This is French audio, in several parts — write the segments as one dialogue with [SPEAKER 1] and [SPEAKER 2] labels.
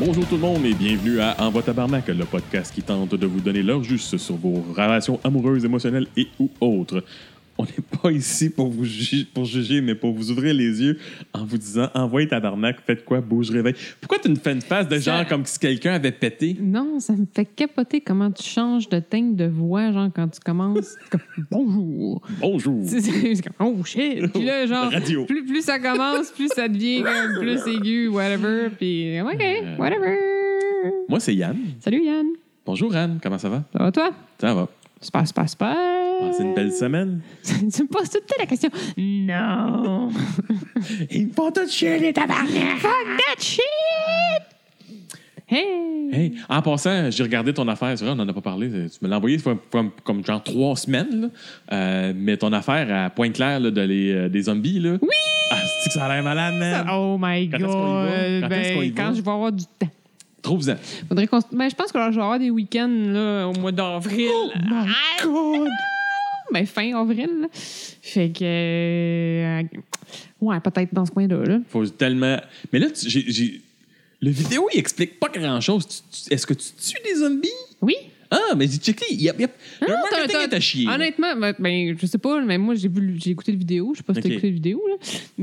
[SPEAKER 1] Bonjour tout le monde et bienvenue à Envoi Tabarnak, le podcast qui tente de vous donner l'heure juste sur vos relations amoureuses, émotionnelles et ou autres. On n'est pas ici pour vous juger, pour juger, mais pour vous ouvrir les yeux en vous disant Envoyez Tabarnak, faites quoi, bouge, réveille. Pourquoi tu ne fais une face de
[SPEAKER 2] Ça-
[SPEAKER 1] genre comme si quelqu'un avait pété
[SPEAKER 2] Non, ça me fait capoter comment tu changes de teinte de voix, genre quand tu commences. c'est comme bonjour.
[SPEAKER 1] Bonjour
[SPEAKER 2] C'est c'est comme oh shit. Puis là, genre,
[SPEAKER 1] Radio.
[SPEAKER 2] plus, plus ça commence, plus ça devient comme plus aigu, whatever.
[SPEAKER 1] Mm.
[SPEAKER 2] Puis OK,
[SPEAKER 1] Euh.
[SPEAKER 2] whatever.
[SPEAKER 1] Moi, c'est Yann.
[SPEAKER 2] Salut Yann.
[SPEAKER 1] Bonjour Anne, comment ça va
[SPEAKER 2] Ça va toi?
[SPEAKER 1] Ça va.
[SPEAKER 2] Super, super, super.
[SPEAKER 1] Passez Ah, une belle semaine.
[SPEAKER 2] tu me poses tout le temps la question. Non.
[SPEAKER 1] Ils me font tout chier, les tabarnak!
[SPEAKER 2] Fuck that shit. Hey.
[SPEAKER 1] Hey, en passant, j'ai regardé ton affaire, c'est vrai, on n'en a pas parlé. Tu me l'as envoyé comme, comme, comme genre trois semaines, là. Euh, mais ton affaire à Pointe-Claire là, de les, euh, des zombies, là.
[SPEAKER 2] Oui!
[SPEAKER 1] Ah, c'est que ça a l'air malade, man!
[SPEAKER 2] Oh my
[SPEAKER 1] Quand
[SPEAKER 2] god.
[SPEAKER 1] est-ce qu'on y va? Quand est-ce qu'on y
[SPEAKER 2] Ben,
[SPEAKER 1] va?
[SPEAKER 2] quand je vais avoir du temps.
[SPEAKER 1] Trouve-en.
[SPEAKER 2] Faudrait qu'on se- ben, je pense que là, je vais avoir des week-ends là, au mois d'avril.
[SPEAKER 1] Oh,
[SPEAKER 2] Ah,
[SPEAKER 1] God!
[SPEAKER 2] ben, fin avril. là. Fait que. euh, ouais, peut-être dans ce coin-là. là.
[SPEAKER 1] Faut tellement. Mais là, tu- j'ai. j'ai- Le vidéo, il explique pas grand-chose. Tu- tu- Est-ce que tu tues des zombies?
[SPEAKER 2] Oui?
[SPEAKER 1] Ah, mais j'ai checké. il y a- il y a-
[SPEAKER 2] Non,
[SPEAKER 1] Le
[SPEAKER 2] non, t'as-
[SPEAKER 1] marketing
[SPEAKER 2] Ah, t'as-
[SPEAKER 1] est à chier. là.
[SPEAKER 2] Honnêtement, ben, ben, je sais pas, mais moi, j'ai, vu, le- j'ai écouté la vidéo. Je sais pas si
[SPEAKER 1] Ok.
[SPEAKER 2] t'as écouté la vidéo, là.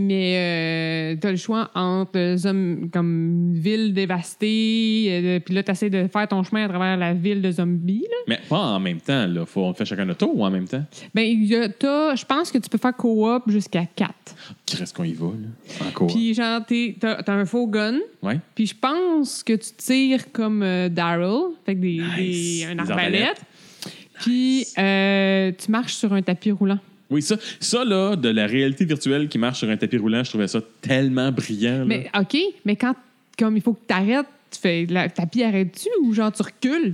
[SPEAKER 2] Mais euh, t'as le choix entre euh, zom- comme ville dévastée, euh, puis là, t'essaies de faire ton chemin à travers la ville de zombies, là.
[SPEAKER 1] Mais pas en même temps, là. Faut, on le fait chacun notre tour ou en même temps?
[SPEAKER 2] Ben, il y a- t'as- je pense que tu peux faire co-op jusqu'à 4.
[SPEAKER 1] Qu'est-ce qu'on y va, là? Encore.
[SPEAKER 2] Puis, genre, t'es- t'as, t'as un faux gun.
[SPEAKER 1] Ouais.
[SPEAKER 2] Puis je pense que tu tires comme euh, Daryl, fait que des,
[SPEAKER 1] Nice.
[SPEAKER 2] des- un
[SPEAKER 1] Des
[SPEAKER 2] arbalète. Puis euh, tu marches sur un tapis roulant.
[SPEAKER 1] Oui, ça, ça là, de la réalité virtuelle qui marche sur un tapis roulant, je trouvais ça tellement brillant. là.
[SPEAKER 2] Mais OK, mais quand comme il faut que tu arrêtes, tu fais la- le tapis arrête-tu ou genre tu recules?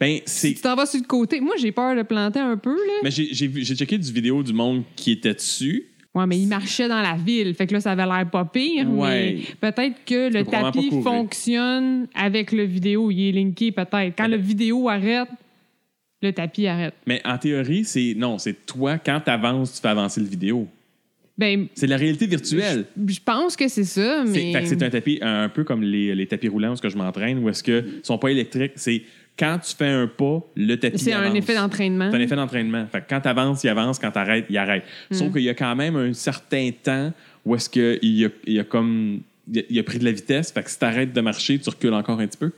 [SPEAKER 1] ben, c'est.
[SPEAKER 2] Tu t'en vas sur le côté. Moi, j'ai peur de planter un peu là.
[SPEAKER 1] Mais j'ai j'ai vu- j'ai checké du vidéo du monde qui était dessus.
[SPEAKER 2] Ouais, mais il marchait dans la ville, fait que là ça avait l'air pas pire,
[SPEAKER 1] Ouais.
[SPEAKER 2] mais peut-être que le
[SPEAKER 1] peux probablement pas
[SPEAKER 2] tapis
[SPEAKER 1] courir.
[SPEAKER 2] fonctionne avec le vidéo, il est linké peut-être. Quand le vidéo arrête, le tapis arrête.
[SPEAKER 1] Mais en théorie, c'est. Non, c'est toi, quand tu avances, tu fais avancer le vidéo.
[SPEAKER 2] Ben
[SPEAKER 1] C'est de la réalité virtuelle.
[SPEAKER 2] Je pense que c'est ça,
[SPEAKER 1] C'est
[SPEAKER 2] mais.
[SPEAKER 1] fait que c'est un tapis un un peu comme les, les tapis roulants où est-ce que je m'entraîne, où est-ce que ils sont pas électriques. C'est quand tu fais un pas, le tapis
[SPEAKER 2] C'est un
[SPEAKER 1] avance.
[SPEAKER 2] effet d'entraînement.
[SPEAKER 1] C'est un effet d'entraînement. Fait que quand tu avances, il avance. Quand tu arrêtes, il arrête.
[SPEAKER 2] Hmm.
[SPEAKER 1] Sauf qu'il y a quand même un certain temps où est-ce qu'il a, il a comme. Il a, il a pris de la vitesse. Fait que si tu arrêtes de marcher, tu recules encore un petit peu.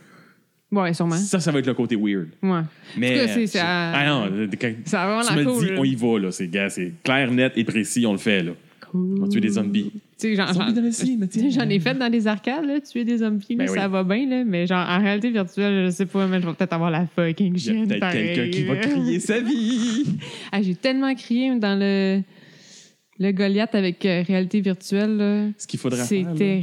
[SPEAKER 2] Ouais, sûrement.
[SPEAKER 1] Ça, ça va être le côté weird.
[SPEAKER 2] Ouais.
[SPEAKER 1] Mais.
[SPEAKER 2] En tout cas, c'est- ça-
[SPEAKER 1] Ah non, euh, quand
[SPEAKER 2] Ça
[SPEAKER 1] tu
[SPEAKER 2] a
[SPEAKER 1] me
[SPEAKER 2] vraiment
[SPEAKER 1] le
[SPEAKER 2] la cool.
[SPEAKER 1] dis, on y va, là. C'est gars, c'est clair, net et précis, on le fait, là. On va tuer des zombies.
[SPEAKER 2] Tu sais, j'en-
[SPEAKER 1] Zombies dans
[SPEAKER 2] j'en-
[SPEAKER 1] le cinéma,
[SPEAKER 2] tu sais, j'en ai fait dans des arcades, là, tuer des zombies,
[SPEAKER 1] Ben
[SPEAKER 2] là,
[SPEAKER 1] oui.
[SPEAKER 2] ça va bien, là, mais genre en réalité virtuelle, je sais pas, mais je vais peut-être avoir la fucking
[SPEAKER 1] Il y a
[SPEAKER 2] chienne.
[SPEAKER 1] peut-être
[SPEAKER 2] pareil,
[SPEAKER 1] quelqu'un qui va
[SPEAKER 2] là.
[SPEAKER 1] crier sa vie.
[SPEAKER 2] Ah, J'ai tellement crié dans le, le Goliath avec euh, réalité virtuelle, là.
[SPEAKER 1] Ce qu'il faudrait faire, là,
[SPEAKER 2] C'était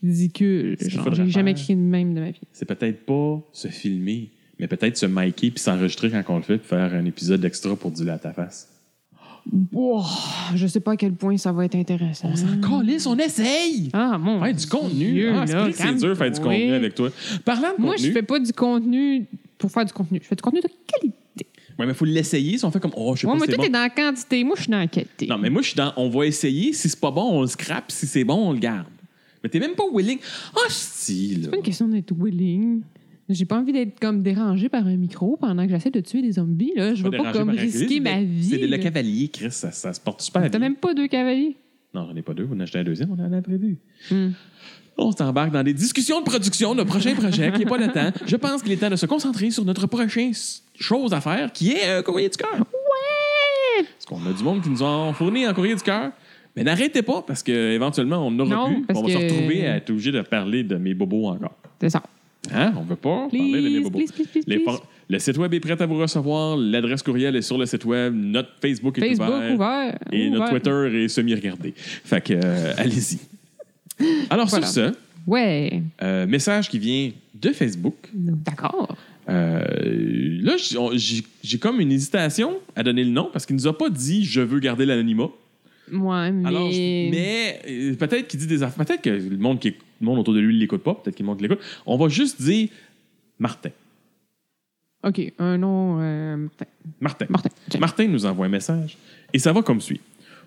[SPEAKER 2] ridicule.
[SPEAKER 1] Ce qu'il
[SPEAKER 2] Genre,
[SPEAKER 1] faudrait
[SPEAKER 2] J'ai jamais
[SPEAKER 1] faire.
[SPEAKER 2] crié de même de ma vie.
[SPEAKER 1] c'est peut-être pas se filmer, mais peut-être se micer puis s'enregistrer quand on le fait puis faire un épisode extra pour dire à ta face.
[SPEAKER 2] Wow, Ah, je sais pas à quel point ça va être intéressant.
[SPEAKER 1] On s'en calisse, on essaye!
[SPEAKER 2] Ah, mon
[SPEAKER 1] Faire du contenu!
[SPEAKER 2] Dieu,
[SPEAKER 1] Ah, c'est
[SPEAKER 2] là,
[SPEAKER 1] vrai que c'est dur de faire du
[SPEAKER 2] calme-toi.
[SPEAKER 1] contenu avec toi. Parlant de
[SPEAKER 2] Moi,
[SPEAKER 1] contenu,
[SPEAKER 2] je fais pas du contenu pour faire du contenu. Je fais du contenu de qualité.
[SPEAKER 1] ouais, mais faut l'essayer. Si on fait comme, oh, je sais
[SPEAKER 2] Ouais,
[SPEAKER 1] pas
[SPEAKER 2] mais
[SPEAKER 1] si c'est
[SPEAKER 2] toi,
[SPEAKER 1] bon.
[SPEAKER 2] t'es dans la quantité. Moi, je suis dans la qualité.
[SPEAKER 1] Non, mais moi, je suis dans, on va essayer. Si c'est pas bon, on le scrape. Si c'est bon, on le garde. Mais t'es même pas willing. Ah, si, là.
[SPEAKER 2] C'est pas une question d'être willing. J'ai pas envie d'être comme dérangé par un micro pendant que j'essaie de tuer des zombies. Là. Je veux pas
[SPEAKER 1] dérangé
[SPEAKER 2] comme
[SPEAKER 1] par la crise,
[SPEAKER 2] risquer ma
[SPEAKER 1] mais
[SPEAKER 2] vie.
[SPEAKER 1] C'est de- le
[SPEAKER 2] là.
[SPEAKER 1] cavalier, Chris. Ça, ça se porte super
[SPEAKER 2] T'as
[SPEAKER 1] bien.
[SPEAKER 2] même pas deux cavaliers.
[SPEAKER 1] Non, j'en ai pas deux. On a acheté un deuxième. On en a prévu.
[SPEAKER 2] Hmm.
[SPEAKER 1] On s'embarque dans des discussions de production, le prochain projet, qui n'est pas le temps. Je pense qu'il est temps de se concentrer sur notre prochain s- chose à faire, qui est un courrier du cœur.
[SPEAKER 2] Ouais!
[SPEAKER 1] Parce qu'on a du monde qui nous a fourni un courrier du cœur. Mais n'arrêtez pas, parce qu'éventuellement, on n'aura
[SPEAKER 2] Non,
[SPEAKER 1] plus.
[SPEAKER 2] parce
[SPEAKER 1] On va se
[SPEAKER 2] que-
[SPEAKER 1] retrouver à être obligé de parler de mes bobos encore.
[SPEAKER 2] C'est ça.
[SPEAKER 1] Hein? On veut pas parler de mes
[SPEAKER 2] Please,
[SPEAKER 1] bobos.
[SPEAKER 2] please, please, please,
[SPEAKER 1] Les
[SPEAKER 2] please.
[SPEAKER 1] for- Le site web est prêt à vous recevoir. L'adresse courriel est sur le site web. Notre Facebook est
[SPEAKER 2] Facebook
[SPEAKER 1] ouvert.
[SPEAKER 2] ouvert.
[SPEAKER 1] Et
[SPEAKER 2] ouvert.
[SPEAKER 1] notre Twitter est semi-regardé. Fait que, euh, allez-y. Alors,
[SPEAKER 2] Voilà.
[SPEAKER 1] sur ce,
[SPEAKER 2] Ouais.
[SPEAKER 1] euh, message qui vient de Facebook.
[SPEAKER 2] D'accord.
[SPEAKER 1] Euh, là, j'- on- j'ai j'ai comme une hésitation à donner le nom parce qu'il nous a pas dit je veux garder l'anonymat.
[SPEAKER 2] Ouais, mais.
[SPEAKER 1] Alors, je- mais euh, peut-être qu'il dit des affaires. Peut-être que le monde, qui, éc- le monde autour de lui ne l'écoute pas. Peut-être qu'il montre l'écoute. On va juste dire Martin.
[SPEAKER 2] OK, un nom. euh,
[SPEAKER 1] Martin.
[SPEAKER 2] Martin. check.
[SPEAKER 1] Martin nous envoie un message et ça va comme suit.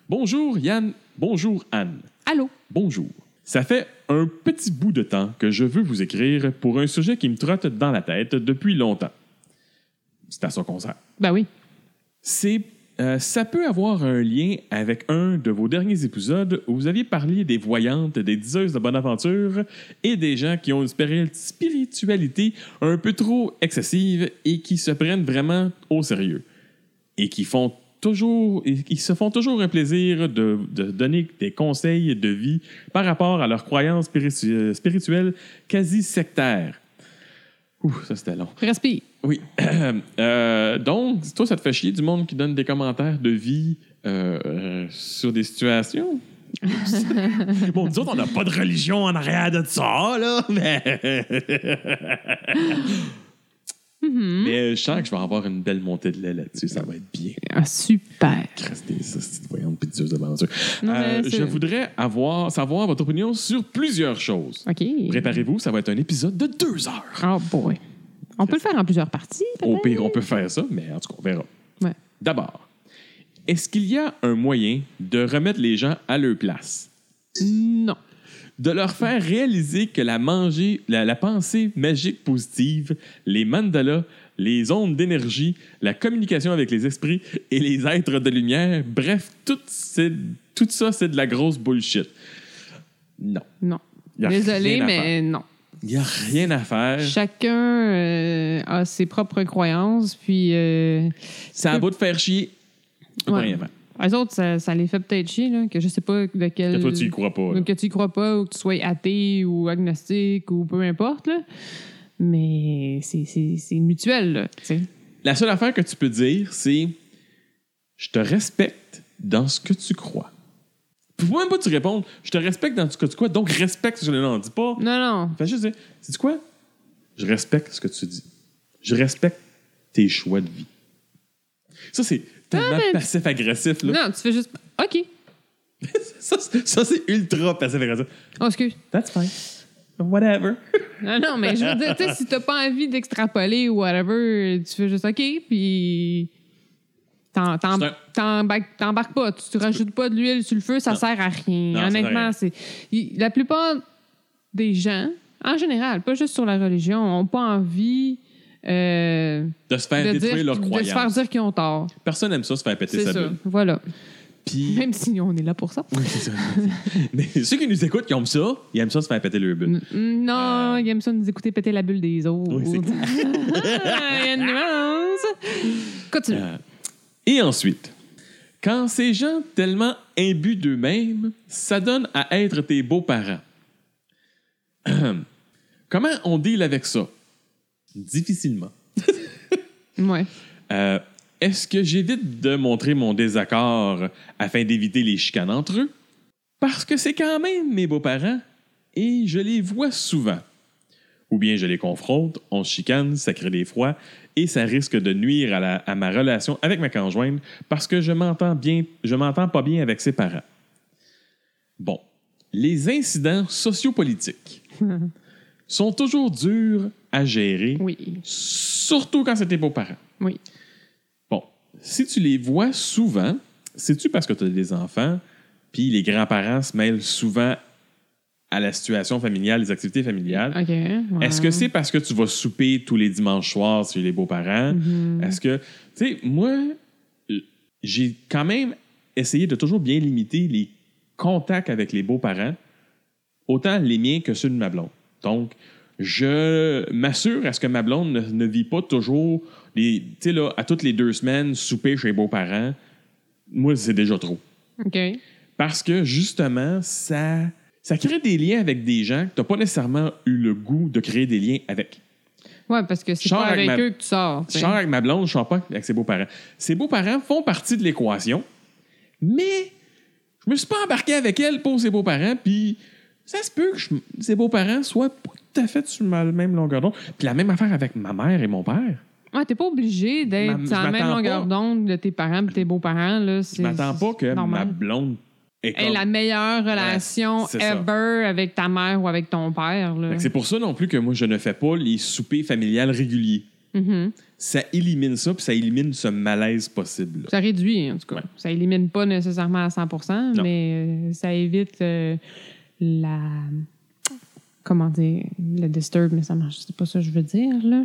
[SPEAKER 1] Bonjour Yann, bonjour Anne,
[SPEAKER 2] Allô?
[SPEAKER 1] bonjour. Ça fait un petit bout de temps que je veux vous écrire pour un sujet qui me trotte dans la tête depuis longtemps. C'est à son concert.
[SPEAKER 2] Ben oui.
[SPEAKER 1] C'est, euh, ça peut avoir un lien avec un de vos derniers épisodes où vous aviez parlé des voyantes, des diseuses de bonne aventure et des gens qui ont une spiri- spiritualité un peu trop excessive et qui se prennent vraiment au sérieux et qui font toujours et qui se font toujours un plaisir de, de donner des conseils de vie par rapport à leurs croyances spiritu- euh, spirituelles quasi sectaires. Ouh, ça c'était long.
[SPEAKER 2] Respire.
[SPEAKER 1] Oui. Euh, donc, toi, ça te fait chier du monde qui donne des commentaires de vie euh, euh, sur des situations? bon, nous autres, on n'a pas de religion en arrière de ça, là, mais...
[SPEAKER 2] Mm-hmm.
[SPEAKER 1] Mais euh, je sens que je vais avoir une belle montée de lait là-dessus, ça va être bien.
[SPEAKER 2] Ah, super.
[SPEAKER 1] Christ, des- ça, c'est une voyante pis Dieu de bon Dieu.
[SPEAKER 2] Non,
[SPEAKER 1] Euh,
[SPEAKER 2] mais c'est-
[SPEAKER 1] Je voudrais avoir, savoir votre opinion sur plusieurs choses.
[SPEAKER 2] OK.
[SPEAKER 1] Préparez-vous, ça va être un épisode de deux heures.
[SPEAKER 2] Oh boy. On peut le faire en plusieurs parties.
[SPEAKER 1] Au
[SPEAKER 2] peut-être?
[SPEAKER 1] pire, on peut faire ça, mais en tout cas, on verra.
[SPEAKER 2] Ouais.
[SPEAKER 1] D'abord, est-ce qu'il y a un moyen de remettre les gens à leur place?
[SPEAKER 2] Non.
[SPEAKER 1] De leur faire réaliser que la, manger, la, la pensée magique positive, les mandalas, les ondes d'énergie, la communication avec les esprits et les êtres de lumière, bref, tout, c'est- tout ça, c'est de la grosse bullshit. Non.
[SPEAKER 2] Non.
[SPEAKER 1] Y a
[SPEAKER 2] Désolé,
[SPEAKER 1] rien à faire.
[SPEAKER 2] mais non.
[SPEAKER 1] Il n'y a rien à faire.
[SPEAKER 2] Chacun euh, a ses propres croyances, puis euh,
[SPEAKER 1] C'est à vous de faire chier. On peut
[SPEAKER 2] Ouais.
[SPEAKER 1] rien faire.
[SPEAKER 2] eux autres, ça, ça les fait peut-être chier, là, que je sais pas de quel...
[SPEAKER 1] Que toi, tu y crois pas. là.
[SPEAKER 2] Donc, que tu y crois pas, ou que tu sois athée ou agnostique ou peu importe, là. Mais c'est- c'est c'est mutuel, là, tu sais.
[SPEAKER 1] La seule affaire que tu peux dire, c'est je te respecte dans ce que tu crois. Puis faut même pas que tu répondes je te respecte dans ce que tu crois, donc respecte ce que non, dis pas.
[SPEAKER 2] Non, non.
[SPEAKER 1] Fais juste dire c'est quoi Je respecte ce que tu dis. Je respecte tes choix de vie. Ça c'est tellement
[SPEAKER 2] Ah, mais-
[SPEAKER 1] passif agressif là.
[SPEAKER 2] Non, tu fais juste... OK.
[SPEAKER 1] Ça, c'est- ça, c'est ultra passif agressif.
[SPEAKER 2] Oh, excuse.
[SPEAKER 1] That's fine. Whatever.
[SPEAKER 2] Non, Ah non, mais je veux dire, tu sais, si t'as pas envie d'extrapoler ou whatever, tu fais juste OK, puis... t'en- t'en-
[SPEAKER 1] C'est un-
[SPEAKER 2] T'embarques t'embarques pas, tu, tu rajoutes pas de l'huile sur le feu, ça
[SPEAKER 1] Non.
[SPEAKER 2] sert à rien.
[SPEAKER 1] Non, ça sert à rien.
[SPEAKER 2] Honnêtement, c'est... y- La plupart des gens, en général, pas juste sur la religion, ont pas envie... euh,
[SPEAKER 1] De se faire
[SPEAKER 2] de,
[SPEAKER 1] détruire
[SPEAKER 2] dire,
[SPEAKER 1] leurs
[SPEAKER 2] de se faire
[SPEAKER 1] croyances.
[SPEAKER 2] dire qu'ils ont tort.
[SPEAKER 1] Personne n'aime ça se faire péter
[SPEAKER 2] C'est
[SPEAKER 1] sa
[SPEAKER 2] ça.
[SPEAKER 1] bulle.
[SPEAKER 2] Voilà.
[SPEAKER 1] Puis
[SPEAKER 2] Même si on est là pour ça.
[SPEAKER 1] Oui, c'est ça. Mais ceux qui nous écoutent, qui aiment ça, ils aiment ça se faire péter le but.
[SPEAKER 2] Mm, mm, Non,
[SPEAKER 1] Euh,
[SPEAKER 2] il aime ça nous écouter péter la bulle des autres.
[SPEAKER 1] Oui, c'est
[SPEAKER 2] Ah, il y a une nuance. Continue.
[SPEAKER 1] Euh, et ensuite, quand ces gens tellement imbus d'eux-mêmes, ça donne à être tes beaux-parents. Comment on deal avec ça? Difficilement.
[SPEAKER 2] Ouais.
[SPEAKER 1] Euh, Est-ce que j'évite de montrer mon désaccord afin d'éviter les chicanes entre eux? Parce que c'est quand même mes beaux-parents et je les vois souvent. Ou bien je les confronte, on se chicane, ça crée des froids et ça risque de nuire à, la- à ma relation avec ma conjointe parce que je m'entends bien, je m'entends pas bien avec ses parents. Bon, les incidents sociopolitiques sont toujours durs à gérer,
[SPEAKER 2] Oui.
[SPEAKER 1] surtout quand c'est tes beaux-parents.
[SPEAKER 2] Oui.
[SPEAKER 1] Bon, si tu les vois souvent, c'est-tu parce que tu as des enfants, puis les grands-parents se mêlent souvent à la situation familiale, les activités familiales?
[SPEAKER 2] OK. ouais.
[SPEAKER 1] Euh. Est-ce que c'est parce que tu vas souper tous les dimanches soirs chez les beaux-parents?
[SPEAKER 2] Mhm.
[SPEAKER 1] Est-ce que, tu sais, moi, euh, j'ai quand même essayé de toujours bien limiter les contacts avec les beaux-parents, autant les miens que ceux de ma blonde. Donc, je m'assure à ce que ma blonde ne, ne vit pas toujours, les- tu sais, là, à toutes les deux semaines, souper chez les beaux-parents. Moi, c'est déjà trop.
[SPEAKER 2] OK.
[SPEAKER 1] Parce que justement, ça, ça crée des liens avec des gens que tu n'as pas nécessairement eu le goût de créer des liens avec.
[SPEAKER 2] Ouais, parce que c'est
[SPEAKER 1] Char
[SPEAKER 2] pas
[SPEAKER 1] avec
[SPEAKER 2] avec
[SPEAKER 1] ma-
[SPEAKER 2] eux que tu sors. tu
[SPEAKER 1] Je
[SPEAKER 2] sais.
[SPEAKER 1] sors avec ma blonde, je sors pas avec ses beaux-parents. Ses beaux-parents font partie de l'équation, mais je me suis pas embarqué avec elle pour ses beaux-parents, puis ça se peut que je- ses beaux-parents soient pas tout à fait sur ma- la même longueur d'onde. Puis la même affaire avec ma mère et mon père.
[SPEAKER 2] Ouais, t'es pas obligé
[SPEAKER 1] Ma-
[SPEAKER 2] d'être
[SPEAKER 1] je
[SPEAKER 2] sur la même
[SPEAKER 1] m'attends
[SPEAKER 2] longueur
[SPEAKER 1] pas.
[SPEAKER 2] d'onde de tes parents et tes beaux-parents. là.
[SPEAKER 1] Je
[SPEAKER 2] C'est-
[SPEAKER 1] m'attends pas que
[SPEAKER 2] c'est
[SPEAKER 1] ma
[SPEAKER 2] normal.
[SPEAKER 1] blonde ait
[SPEAKER 2] Hey,
[SPEAKER 1] comme-
[SPEAKER 2] la meilleure relation
[SPEAKER 1] c'est ça.
[SPEAKER 2] ever avec ta mère ou avec ton père. là.
[SPEAKER 1] Fait que C'est pour ça non plus que moi je ne fais pas les soupers familiales réguliers.
[SPEAKER 2] Mhm.
[SPEAKER 1] ça élimine ça, puis ça élimine ce malaise possible. là.
[SPEAKER 2] Ça réduit, en tout cas.
[SPEAKER 1] Ouais.
[SPEAKER 2] Ça élimine pas nécessairement à 100
[SPEAKER 1] Non.
[SPEAKER 2] mais euh, ça évite euh, la. Comment dire Le disturb, mais ça marche. C'est pas ça que je veux dire, là.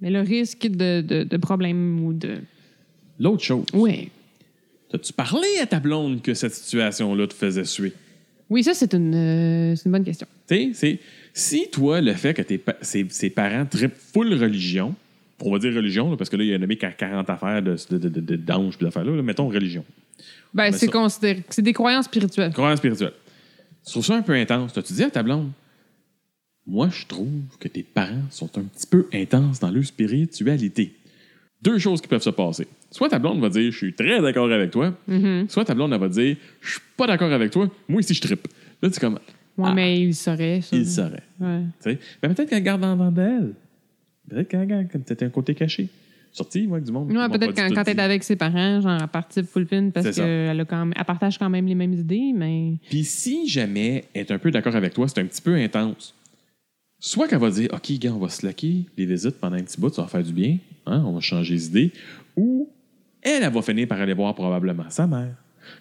[SPEAKER 2] Mais le risque de, de, de problème ou de.
[SPEAKER 1] L'autre chose,
[SPEAKER 2] Oui.
[SPEAKER 1] as-tu parlé à ta blonde que cette situation-là te faisait suer?
[SPEAKER 2] Oui, ça, c'est une, euh, c'est une bonne question.
[SPEAKER 1] Tu sais, c'est- si toi, le fait que tes pa- ses, ses parents trippent full religion, on va dire religion, là, parce que là, il y a nommé qu'à 40 affaires de, de, de, de- de- d'anges puis d'affaires là, là, mettons religion.
[SPEAKER 2] Ben,
[SPEAKER 1] Ben,
[SPEAKER 2] c'est
[SPEAKER 1] ça-
[SPEAKER 2] considéré. C'est des croyances spirituelles.
[SPEAKER 1] Croyance spirituelle. Tu trouves ça un peu intense. T'as-tu dit à ta blonde, moi, je trouve que tes parents sont un petit peu intenses dans leur spiritualité. Deux choses qui peuvent se passer. Soit ta blonde va dire, je suis très d'accord avec toi.
[SPEAKER 2] Mhm.
[SPEAKER 1] Soit ta blonde, elle va dire, je suis pas d'accord avec toi. Moi, ici, je trippe. Là, tu es comme,
[SPEAKER 2] Moi,
[SPEAKER 1] Ah.
[SPEAKER 2] mais il saurait. Ça.
[SPEAKER 1] il saurait.
[SPEAKER 2] Ouais.
[SPEAKER 1] Mais peut-être qu'elle garde en dedans d'elle. Peut-être qu'elle garde comme peut-être un côté caché. Sorti, moi, avec du monde.
[SPEAKER 2] Ouais, peut-être quand, quand elle est avec ses parents, genre, elle participe full pin
[SPEAKER 1] C'est
[SPEAKER 2] parce
[SPEAKER 1] ça.
[SPEAKER 2] qu'elle partage quand même les mêmes idées, mais.
[SPEAKER 1] Puis si jamais elle est un peu d'accord avec toi, c'est un petit peu intense. Soit qu'elle va dire, OK, gars, on va slacker les visites pendant un petit bout, ça va faire du bien, hein, on va changer les idées. Ou elle, elle va finir par aller voir probablement sa mère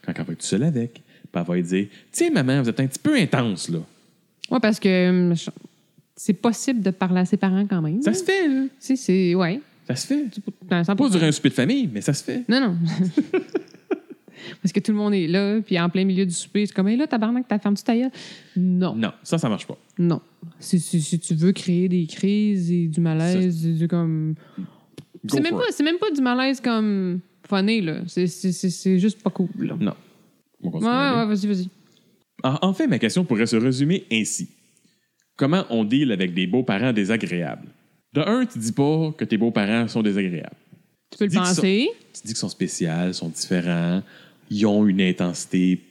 [SPEAKER 1] quand elle va être seule avec. Puis elle va lui dire, Tiens, maman, vous êtes un petit peu intense, là.
[SPEAKER 2] Oui, parce que hum, je- c'est possible de parler à ses parents quand même.
[SPEAKER 1] Ça se fait, là.
[SPEAKER 2] Si, c'est. Ouais.
[SPEAKER 1] Ça se fait.
[SPEAKER 2] Dans
[SPEAKER 1] Pas
[SPEAKER 2] 100%.
[SPEAKER 1] durant un souper de famille, mais ça se fait.
[SPEAKER 2] Non, non. parce que tout le monde est là, puis en plein milieu du souper, c'est comme, hé là, tabarnak, t'as fermé ta gueule. Non,
[SPEAKER 1] Non, ça, ça marche pas.
[SPEAKER 2] non. Si, si- si tu veux créer des crises et du malaise, et du comme.
[SPEAKER 1] Go
[SPEAKER 2] C'est même,
[SPEAKER 1] for
[SPEAKER 2] pas-
[SPEAKER 1] it.
[SPEAKER 2] c'est même pas du malaise comme funny, là. C'est- C'est c'est- c'est juste pas cool, là.
[SPEAKER 1] Non. On
[SPEAKER 2] Ouais,
[SPEAKER 1] continue à aller.
[SPEAKER 2] ouais, vas-y, vas-y.
[SPEAKER 1] En, Ah, en fait, ma question pourrait se résumer ainsi. Comment on deal avec des beaux-parents désagréables? De un, tu dis pas que tes beaux-parents sont désagréables.
[SPEAKER 2] Tu peux le
[SPEAKER 1] Dis que ça-
[SPEAKER 2] penser.
[SPEAKER 1] Tu dis qu'ils sont spéciaux, sont différents, ils ont une intensité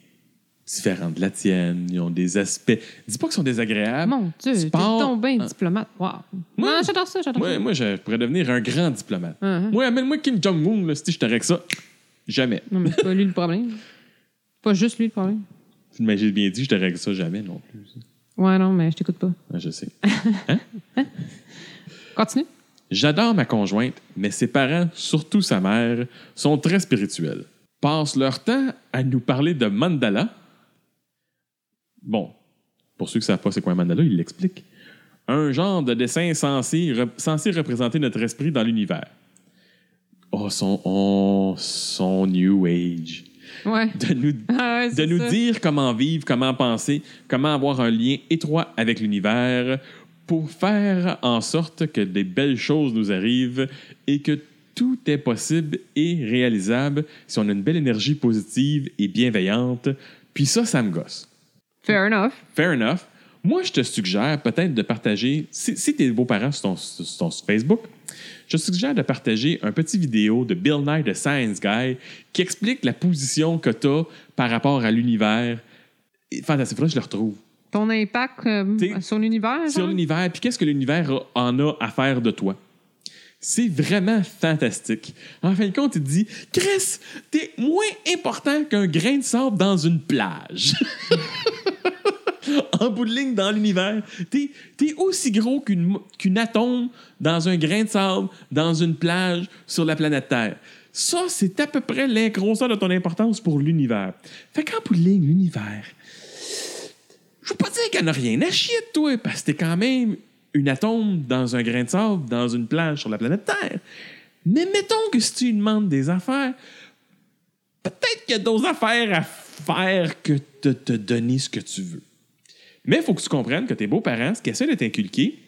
[SPEAKER 1] différente de la tienne, ils ont des aspects... Dis pas qu'ils sont désagréables.
[SPEAKER 2] Mon Dieu, t'es
[SPEAKER 1] pars-
[SPEAKER 2] tombé
[SPEAKER 1] Ah.
[SPEAKER 2] diplomate. Wow.
[SPEAKER 1] Moi-
[SPEAKER 2] Non, j'adore ça, j'adore
[SPEAKER 1] Moi,
[SPEAKER 2] ça.
[SPEAKER 1] moi, je pourrais devenir un grand diplomate.
[SPEAKER 2] Uh-huh.
[SPEAKER 1] Moi, amène-moi Kim Jong-un, là, si je te règle ça. Jamais.
[SPEAKER 2] Non, mais c'est pas lui le problème. C'est Pas juste lui le problème.
[SPEAKER 1] Tu m'as bien dit, je te règle ça jamais non plus.
[SPEAKER 2] Ouais, non, mais je t'écoute pas.
[SPEAKER 1] Ah, Je sais.
[SPEAKER 2] Continue.
[SPEAKER 1] J'adore ma conjointe, mais ses parents, surtout sa mère, sont très spirituels. Passent leur temps à nous parler de mandala. Bon, pour ceux qui ne savent pas c'est quoi un mandala, ils l'expliquent. Un genre de dessin censé, rep- censé représenter notre esprit dans l'univers. Oh, son, oh, son New Age.
[SPEAKER 2] Ouais.
[SPEAKER 1] De nous,
[SPEAKER 2] Ah ouais,
[SPEAKER 1] de
[SPEAKER 2] c'est
[SPEAKER 1] nous
[SPEAKER 2] ça.
[SPEAKER 1] dire comment vivre, comment penser, comment avoir un lien étroit avec l'univers pour faire en sorte que des belles choses nous arrivent et que tout est possible et réalisable si on a une belle énergie positive et bienveillante. Puis ça, ça me gosse.
[SPEAKER 2] Fair enough.
[SPEAKER 1] Fair enough. Moi, je te suggère peut-être de partager, si, si tes beaux-parents sont sur sont sur Facebook, je te suggère de partager un petit vidéo de Bill Nye, de Science Guy, qui explique la position que tu as par rapport à l'univers. Et, Fantastique, faudrait que je le retrouve.
[SPEAKER 2] Ton impact euh,
[SPEAKER 1] T'es-
[SPEAKER 2] sur l'univers,
[SPEAKER 1] Sur
[SPEAKER 2] genre?
[SPEAKER 1] l'univers, puis qu'est-ce que l'univers a- en a à faire de toi? C'est vraiment fantastique. En fin de compte, il te dit Chris, t'es moins important qu'un grain de sable dans une plage. en bout de ligne, dans l'univers, t'es es aussi gros qu'une mo- qu'une atome dans un grain de sable, dans une plage sur la planète Terre. Ça, c'est à peu près la grosseur de ton importance pour l'univers. Fait qu'en bout de ligne, l'univers, je veux pas dire qu'elle n'a rien à chier de toi, parce que t'es quand même une atome dans un grain de sable, dans une plage sur la planète Terre. Mais mettons que si tu lui demandes des affaires, peut-être qu'il y a d'autres affaires à faire que de te donner ce que tu veux. Mais il faut que tu comprennes que tes beaux-parents, ce qu'ils essaient de t'inculquer,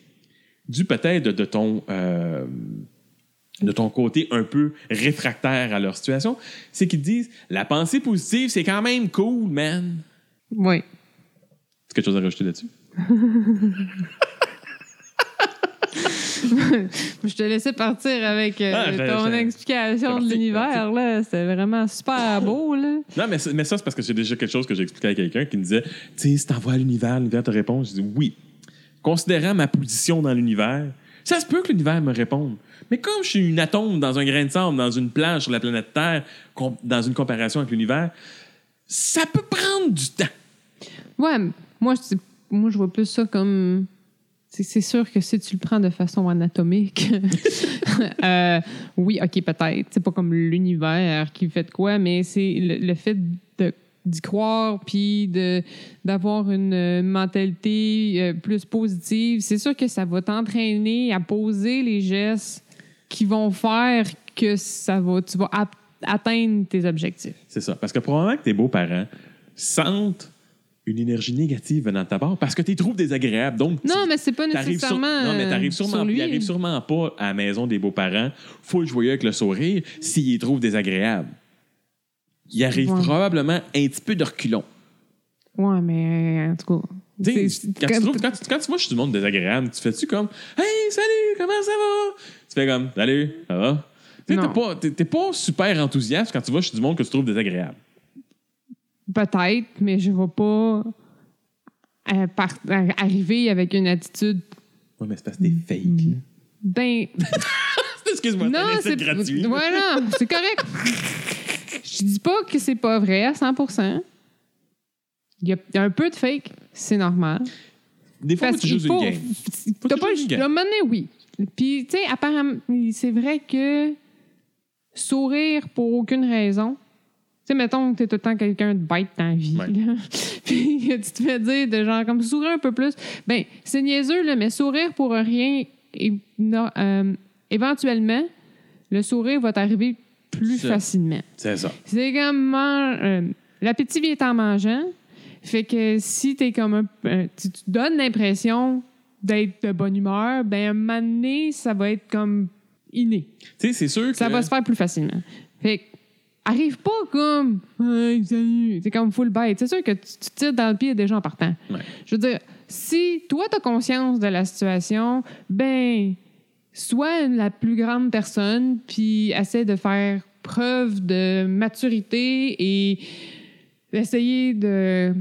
[SPEAKER 1] dû peut-être de, de ton, euh, de ton côté un peu réfractaire à leur situation, c'est qu'ils te disent la pensée positive, c'est quand même cool, man.
[SPEAKER 2] Oui.
[SPEAKER 1] Est-ce que tu as quelque chose à rajouter là-dessus?
[SPEAKER 2] Je te laissais partir avec euh,
[SPEAKER 1] Ah, je-
[SPEAKER 2] ton
[SPEAKER 1] je-
[SPEAKER 2] explication
[SPEAKER 1] parti,
[SPEAKER 2] de l'univers, là. C'était vraiment super beau, là.
[SPEAKER 1] Non, mais, c'est- mais ça, c'est parce que c'est déjà quelque chose que j'ai expliqué à quelqu'un qui me disait Tu sais, si t'envoies à l'univers, l'univers te répond. Je dis Oui. Considérant ma position dans l'univers, ça se peut que l'univers me réponde. Mais comme je suis une atome dans un grain de sable, dans une planche sur la planète Terre, com- dans une comparaison avec l'univers, ça peut prendre du temps.
[SPEAKER 2] Ouais, m- moi, je- moi, je vois plus ça comme. C'est- C'est sûr que si tu le prends de façon anatomique, euh, oui, ok, peut-être. C'est pas comme l'univers qui fait de quoi, mais c'est le, le fait de- d'y croire puis de d'avoir une euh, mentalité euh, plus positive. C'est sûr que ça va t'entraîner à poser les gestes qui vont faire que ça va, tu vas at- atteindre tes objectifs.
[SPEAKER 1] C'est ça. Parce que probablement que tes beaux-parents sentent une énergie négative venant de ta part parce que tu trouves désagréable. Donc, tu-
[SPEAKER 2] Non, mais c'est pas
[SPEAKER 1] t'arrives sur-
[SPEAKER 2] nécessairement.
[SPEAKER 1] Non, mais t'arrives
[SPEAKER 2] euh,
[SPEAKER 1] sûrement,
[SPEAKER 2] sur lui.
[SPEAKER 1] il arrive sûrement pas à la maison des beaux-parents, full joyeux avec le sourire, s'il les trouve désagréables. Il arrive
[SPEAKER 2] Ouais.
[SPEAKER 1] probablement un petit peu de reculons.
[SPEAKER 2] Ouais, mais euh, en tout cas.
[SPEAKER 1] Tu sais,
[SPEAKER 2] c'est-
[SPEAKER 1] Quand, tu trouves- quand tu- quand tu vois juste du monde désagréable, tu fais-tu comme Hey, salut, comment ça va? Tu fais comme Salut, ça va? Tu sais,
[SPEAKER 2] Non.
[SPEAKER 1] T'es pas, t'es- t'es pas super enthousiaste quand tu vois juste du monde que tu trouves désagréable.
[SPEAKER 2] Peut-être, mais je ne vais pas euh, par- euh, arriver avec une attitude
[SPEAKER 1] Ouais, mais c'est parce que t'es fake. là.
[SPEAKER 2] ben
[SPEAKER 1] Excuse-moi, c'est
[SPEAKER 2] non,
[SPEAKER 1] un
[SPEAKER 2] c'est
[SPEAKER 1] insulte gratuit.
[SPEAKER 2] Voilà, c'est correct. Je dis pas que c'est pas vrai à 100 Il y a- il y a un peu de fake, c'est normal.
[SPEAKER 1] Des fois,
[SPEAKER 2] Parce
[SPEAKER 1] tu
[SPEAKER 2] qu'il
[SPEAKER 1] joues
[SPEAKER 2] faut-
[SPEAKER 1] une game. Faut
[SPEAKER 2] T'as
[SPEAKER 1] que tu
[SPEAKER 2] pas
[SPEAKER 1] joues une
[SPEAKER 2] le
[SPEAKER 1] game.
[SPEAKER 2] à un moment donné, oui. Puis, tu sais, apparemment, c'est vrai que sourire pour aucune raison. Tu sais, mettons que t'es tout le temps quelqu'un de bête dans la vie.
[SPEAKER 1] Ouais.
[SPEAKER 2] là. Puis que tu te fais dire de genre comme sourire un peu plus. Ben, c'est niaiseux, là, mais sourire pour rien, et, non, euh, éventuellement, le sourire va t'arriver plus
[SPEAKER 1] Ça.
[SPEAKER 2] facilement.
[SPEAKER 1] C'est ça.
[SPEAKER 2] C'est comme man- euh, l'appétit vient en mangeant. Fait que si t'es comme un, euh, tu, tu donnes l'impression d'être de bonne humeur, ben à un moment donné, ça va être comme inné.
[SPEAKER 1] Tu sais, c'est sûr que.
[SPEAKER 2] Ça va se faire plus facilement. Fait que arrive pas comme Hey, salut, t'es comme full bête. C'est sûr que tu, tu tires dans le pied des gens en partant.
[SPEAKER 1] Ouais.
[SPEAKER 2] Je veux dire, si toi t'as conscience de la situation, ben sois la plus grande personne puis essaie de faire preuve de maturité et essayer de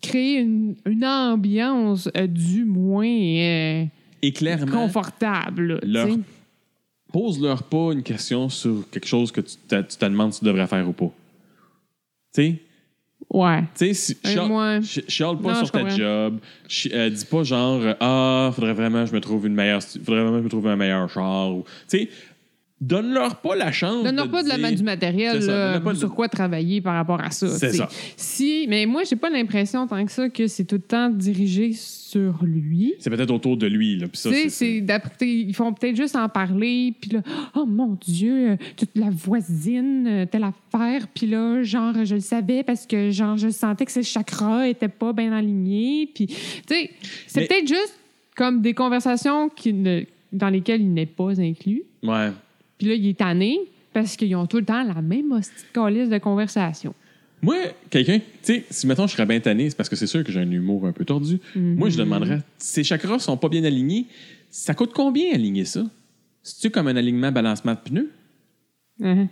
[SPEAKER 2] créer une, une ambiance euh, du moins euh,
[SPEAKER 1] Et clairement,
[SPEAKER 2] confortable. là, tu
[SPEAKER 1] leur-
[SPEAKER 2] sais.
[SPEAKER 1] pose-leur pas une question sur quelque chose que tu te, tu te demandes si tu devrais faire ou pas. Tu sais,
[SPEAKER 2] Ouais.
[SPEAKER 1] tu sais, si-
[SPEAKER 2] Euh,
[SPEAKER 1] chiale-
[SPEAKER 2] moi-
[SPEAKER 1] chi- chiale pas
[SPEAKER 2] Non,
[SPEAKER 1] sur
[SPEAKER 2] je
[SPEAKER 1] ta
[SPEAKER 2] comprends.
[SPEAKER 1] job. chi- euh, dis pas genre, euh, ah, faudrait vraiment que je me trouve une meilleure, stu- faudrait vraiment que je me trouve un meilleur char. ou- Tu sais, donne-leur pas la chance.
[SPEAKER 2] Donne-leur pas de la,
[SPEAKER 1] dire-
[SPEAKER 2] du matériel
[SPEAKER 1] C'est ça,
[SPEAKER 2] là,
[SPEAKER 1] donne-leur pas de-
[SPEAKER 2] sur quoi travailler par rapport à ça.
[SPEAKER 1] C'est
[SPEAKER 2] t'sais.
[SPEAKER 1] ça.
[SPEAKER 2] Si, mais moi, j'ai pas l'impression tant que ça que c'est tout le temps dirigé sur lui.
[SPEAKER 1] C'est peut-être autour de lui, là. Puis ça,
[SPEAKER 2] Tu sais,
[SPEAKER 1] c'est-
[SPEAKER 2] c'est d'après- t'sais, ils font peut-être juste en parler, puis là, oh mon Dieu, euh, toute la voisine, euh, telle affaire, puis là, genre, je le savais parce que, genre, je sentais que ses chakras étaient pas bien alignés, puis, tu sais, c'est
[SPEAKER 1] Mais-
[SPEAKER 2] peut-être juste comme des conversations qui ne- dans lesquelles il n'est pas inclus.
[SPEAKER 1] Ouais.
[SPEAKER 2] Puis là, il est tanné parce qu'ils ont tout le temps la même hostie de calice de conversation.
[SPEAKER 1] Moi, quelqu'un, tu sais, si mettons je serais bien tanné, c'est parce que c'est sûr que j'ai un humour un peu tordu. Moi, je demanderais, ces chakras sont pas bien alignés, ça coûte combien aligner ça? C'est-tu comme un alignement balancement de pneus? Uh-huh.
[SPEAKER 2] Hein?